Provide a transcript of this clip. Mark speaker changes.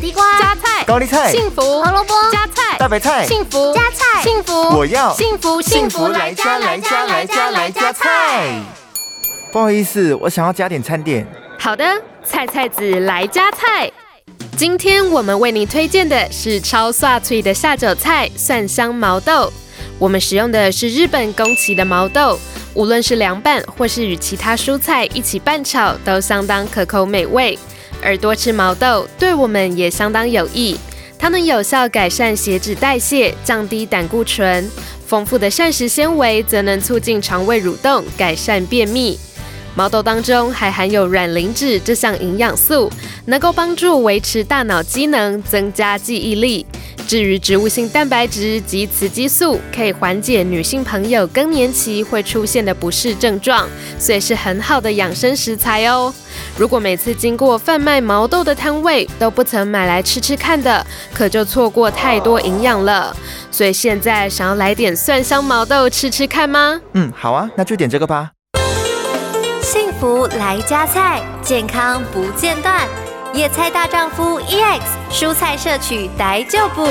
Speaker 1: 地瓜、
Speaker 2: 加菜、
Speaker 3: 高丽菜、
Speaker 2: 幸福、
Speaker 1: 胡萝卜、
Speaker 2: 加菜、
Speaker 3: 大白菜、
Speaker 2: 幸福、
Speaker 1: 加菜
Speaker 2: 幸福，
Speaker 3: 我要
Speaker 2: 幸福
Speaker 1: 幸
Speaker 2: 幸福
Speaker 1: 福
Speaker 2: 来加来加来加来加菜。。
Speaker 3: 不好意思，我想要加点餐点。
Speaker 2: 好的，菜菜子来加菜。今天我们为您推荐的是超刷脆的下酒菜蒜香毛豆。我们使用的是日本宫崎的毛豆，无论是凉拌或是与其他蔬菜一起拌炒，都相当可口美味。而多吃毛豆对我们也相当有益，它能有效改善血脂代谢，降低胆固醇。丰富的膳食纤维则能促进肠胃蠕动，改善便秘。毛豆当中还含有软磷脂这项营养素，能够帮助维持大脑机能，增加记忆力。至于植物性蛋白质及雌激素，可以缓解女性朋友更年期会出现的不适症状，所以是很好的养生食材哦。如果每次经过贩卖毛豆的摊位都不曾买来吃吃看的，可就错过太多营养了。所以现在想要来点蒜香毛豆吃吃看吗？
Speaker 3: 嗯，好啊，那就点这个吧。
Speaker 1: 幸福来加菜，健康不 E 间断。野菜大丈夫 EX 蔬菜摄取逮就补。